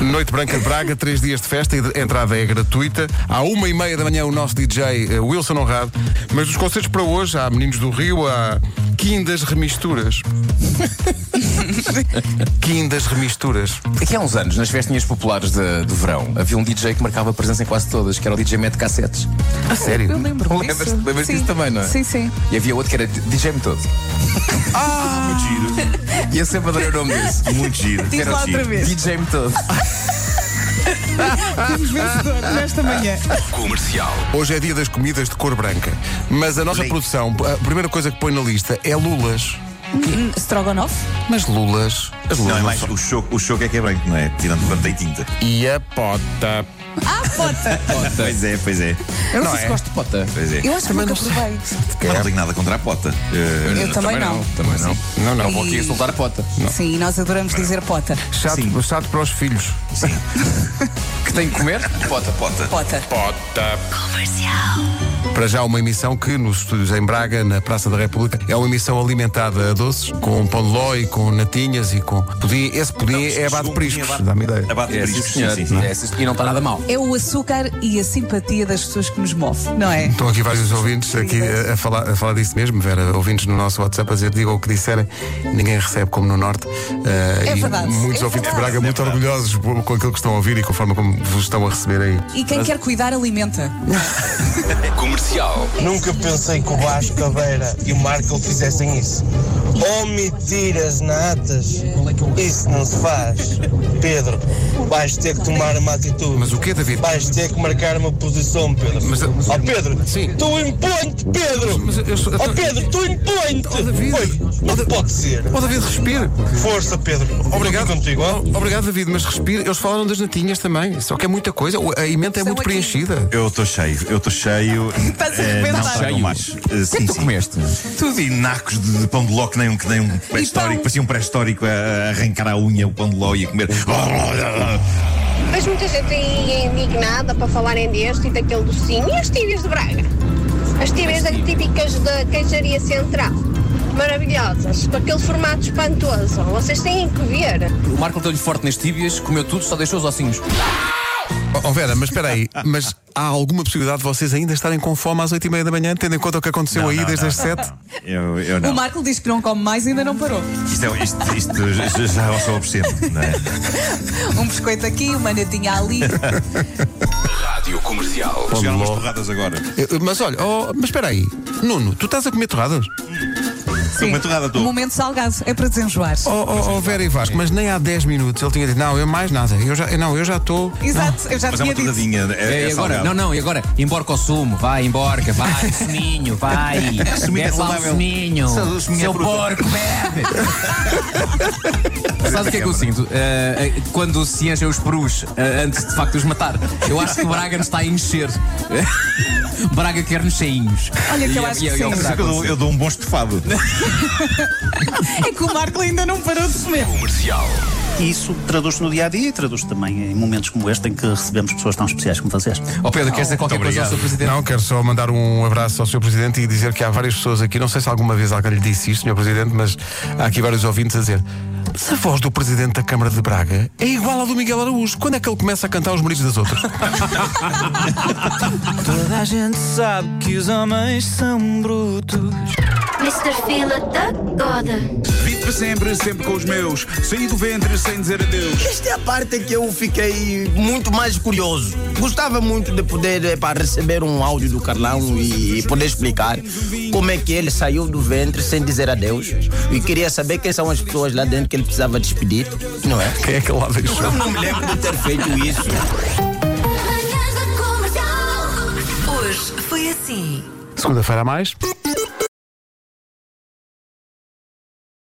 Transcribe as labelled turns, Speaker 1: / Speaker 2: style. Speaker 1: Noite Branca de Braga, três dias de festa, e a entrada é gratuita. À uma e meia da manhã o nosso DJ eh, Wilson Honrado. Mas os concertos para hoje, há Meninos do Rio, há Quindas Remisturas. Quindas Remisturas.
Speaker 2: Aqui há uns anos, nas festinhas populares de, de verão, havia um DJ que marcava presença em quase todas, que era o DJ Mete Cassetes.
Speaker 1: A sério?
Speaker 3: Eu lembro
Speaker 2: Lembras- lembras disso também, não é?
Speaker 3: Sim, sim.
Speaker 2: E havia outro que era DJ Metodo.
Speaker 4: Muito giro,
Speaker 2: E eu sempre adorei o nome disso.
Speaker 4: muito giro.
Speaker 3: Diz
Speaker 4: Era
Speaker 3: lá
Speaker 4: giro.
Speaker 3: outra vez.
Speaker 2: DJ Metodo.
Speaker 3: Temos vencedor nesta manhã.
Speaker 4: Comercial.
Speaker 1: Hoje é dia das comidas de cor branca. Mas a nossa produção, a primeira coisa que põe na lista é lulas.
Speaker 3: Strogonoff?
Speaker 1: Mas lulas. As
Speaker 4: Não,
Speaker 1: lulas
Speaker 4: é
Speaker 1: não
Speaker 4: mais,
Speaker 1: são-
Speaker 4: o choco, o choco é que é branco, não é? Tirando quando tem tinta.
Speaker 1: E a pota.
Speaker 4: Pois é, pois é.
Speaker 2: Eu não,
Speaker 1: Não
Speaker 2: sei
Speaker 1: é?
Speaker 2: se gosto de pota.
Speaker 4: Pois é.
Speaker 3: Eu acho que nunca provei.
Speaker 4: Mas não tenho nada contra a pota. Eh,
Speaker 3: Eu também não.
Speaker 2: Também não.
Speaker 1: Não, não.
Speaker 2: Não vou aqui
Speaker 3: E-
Speaker 2: insultar a pota.
Speaker 3: Sim, nós adoramos dizer pota.
Speaker 1: Chato,
Speaker 4: Sim.
Speaker 1: chato para os filhos.
Speaker 2: Que tem que comer?
Speaker 4: Pota, pota.
Speaker 3: Pota.
Speaker 1: Para já uma emissão que nos estúdios em Braga, na Praça da República, é uma emissão alimentada a doces, com um pão de ló e com natinhas e com pudim. Esse pudim é abate de priscos, dá-me ideia.
Speaker 4: Abate de
Speaker 2: É, sim,
Speaker 4: priscos,
Speaker 2: senhor.
Speaker 4: sim, sim, sim.
Speaker 2: É, sim, senhor. E não está nada mal.
Speaker 3: É o açúcar e a simpatia das pessoas que nos move, não é?
Speaker 1: Estão aqui vários ouvintes aqui a, a falar, a falar disso mesmo, Vera. Ouvintes no nosso WhatsApp a dizer, digam o que disserem, ninguém recebe como no Norte. Ah,
Speaker 3: É
Speaker 1: e
Speaker 3: verdade,
Speaker 1: Muitos
Speaker 3: é
Speaker 1: ouvintes de Braga
Speaker 3: verdade.
Speaker 1: muito orgulhosos por- com aquilo que estão a ouvir e com a forma como vos estão a receber aí.
Speaker 3: E quem quer cuidar alimenta.
Speaker 5: Nunca pensei que o Vasco Caveira e o Marco fizessem isso. Omitir as natas, isso não se faz. Pedro, vais ter que tomar uma atitude.
Speaker 1: Mas o quê, David?
Speaker 5: Vais ter que marcar uma posição, Pedro.
Speaker 1: Mas-
Speaker 5: oh, Pedro,
Speaker 1: Sim.
Speaker 5: tu impõe-te, Pedro!
Speaker 1: Mas eu sou-
Speaker 5: oh, Pedro, tu impõe-te!
Speaker 1: Oh, David.
Speaker 5: Oi, não pode ser.
Speaker 1: Ó Oh, David, respire.
Speaker 5: Força, Pedro.
Speaker 1: Obrigado.
Speaker 5: Estou aqui contigo, ó.
Speaker 1: Ó, Obrigado, David, mas respire. Eles falaram das natinhas também, só que é muita coisa. A emenda é
Speaker 3: São
Speaker 1: muito
Speaker 3: aqui.
Speaker 1: preenchida.
Speaker 4: Eu estou cheio, eu estou cheio.
Speaker 3: Estás a
Speaker 4: Eh, não
Speaker 3: arrebentar.
Speaker 4: sei, não mais. Eh,
Speaker 2: O que é
Speaker 4: Sim,
Speaker 2: que tu
Speaker 4: sim.
Speaker 2: comeste?
Speaker 4: Tudo e nacos de, de pão de ló que nem um, que nem um pré-histórico. Parecia um pré-histórico a, a arrancar a unha o pão de ló e a comer.
Speaker 6: Mas muita gente aí é indignada para falarem deste e daquele docinho. E as tíbias de Braga? As tíbias da- típicas da queijaria central. Maravilhosas, com aquele formato espantoso. Vocês têm que ver.
Speaker 2: O Marco deu-lhe forte nas tíbias, comeu tudo, só deixou os ossinhos.
Speaker 1: Ó, Ó Oh, Vera, mas espera aí, mas há alguma possibilidade de vocês ainda estarem com fome às 8h30 da manhã, tendo em conta o que aconteceu
Speaker 4: Não,
Speaker 1: aí
Speaker 4: não,
Speaker 1: desde
Speaker 4: não,
Speaker 1: as
Speaker 4: não.
Speaker 1: 7?
Speaker 4: Eu, eu
Speaker 3: O
Speaker 4: não.
Speaker 3: Marco diz que não come mais e ainda não parou.
Speaker 4: Isto, é, isto, isto já- já é o seu obsceno, não é?
Speaker 3: Um biscoito aqui, uma natinha ali.
Speaker 4: Chegaram umas torradas agora.
Speaker 2: Ah,
Speaker 1: Eu- Mas olha, ó, mas espera aí, Nuno, tu estás a comer torradas?
Speaker 3: Sim.
Speaker 4: uma torrada toda.
Speaker 3: Momento salgado, é para desenjoar.
Speaker 1: Ó oh, Vera e Vasco, mas nem há 10 minutos ele tinha dito, não, eu mais nada, eu já, não, eu já estou.
Speaker 3: Exato, eu já
Speaker 4: Mas é uma
Speaker 3: tinha dito.
Speaker 4: torradinha. É,
Speaker 2: É,
Speaker 4: é
Speaker 2: e agora?
Speaker 4: salgado.
Speaker 2: Não, não, e agora? Emborca o sumo, vai, emborca, vai, suminho, vai.
Speaker 4: Suminho é
Speaker 2: Bebe lá o
Speaker 4: saudável.
Speaker 2: suminho.
Speaker 4: Sa- suminho é
Speaker 2: Seu
Speaker 4: fruta.
Speaker 2: porco, bebe. Sabe o que é que eu sinto? Eh, eh, quando se enchem os perus, eh, antes de facto os matar, eu acho que Braga nos está a encher. Braga quer-nos cheinhos.
Speaker 3: Olha que
Speaker 2: E
Speaker 3: eu
Speaker 2: é-
Speaker 3: acho que
Speaker 2: e é- e é o
Speaker 3: sim.
Speaker 2: está a
Speaker 4: Eu dou,
Speaker 2: acontecer.
Speaker 4: eu dou um bom estofado.
Speaker 3: É que o Marco ainda não parou de comer.
Speaker 7: E isso traduz-se no dia a dia e traduz-se também em momentos como este em que recebemos pessoas tão especiais como vocês.
Speaker 2: Ó Pedro, queres dizer qualquer coisa ao seu presidente?
Speaker 1: Não, quero só mandar um abraço ao Sr. Presidente e dizer que há várias pessoas aqui, não sei se alguma vez alguém lhe disse isto, Sr. Presidente, mas há aqui vários ouvintes a dizer. Se a voz do Presidente da Câmara de Braga é igual à do Miguel Araújo, quando é que ele começa a cantar os maridos das outras?
Speaker 8: Toda a gente sabe que os homens são brutos.
Speaker 9: Mr. Fila da Goda.
Speaker 10: Vivo para sempre, sempre com os meus. Saí do ventre sem dizer adeus.
Speaker 5: Esta é a parte que eu fiquei muito mais curioso. Gostava muito de poder epá, receber um áudio do Carlão e poder explicar como é que ele saiu do ventre sem dizer adeus. E queria saber quem são as pessoas lá dentro que ele precisava despedir, não é?
Speaker 1: Quem é que lá deixou?
Speaker 5: Eu não me lembro de ter feito isso.
Speaker 9: Manhãs da comercial.
Speaker 11: Hoje foi assim.
Speaker 1: Segunda-feira a mais.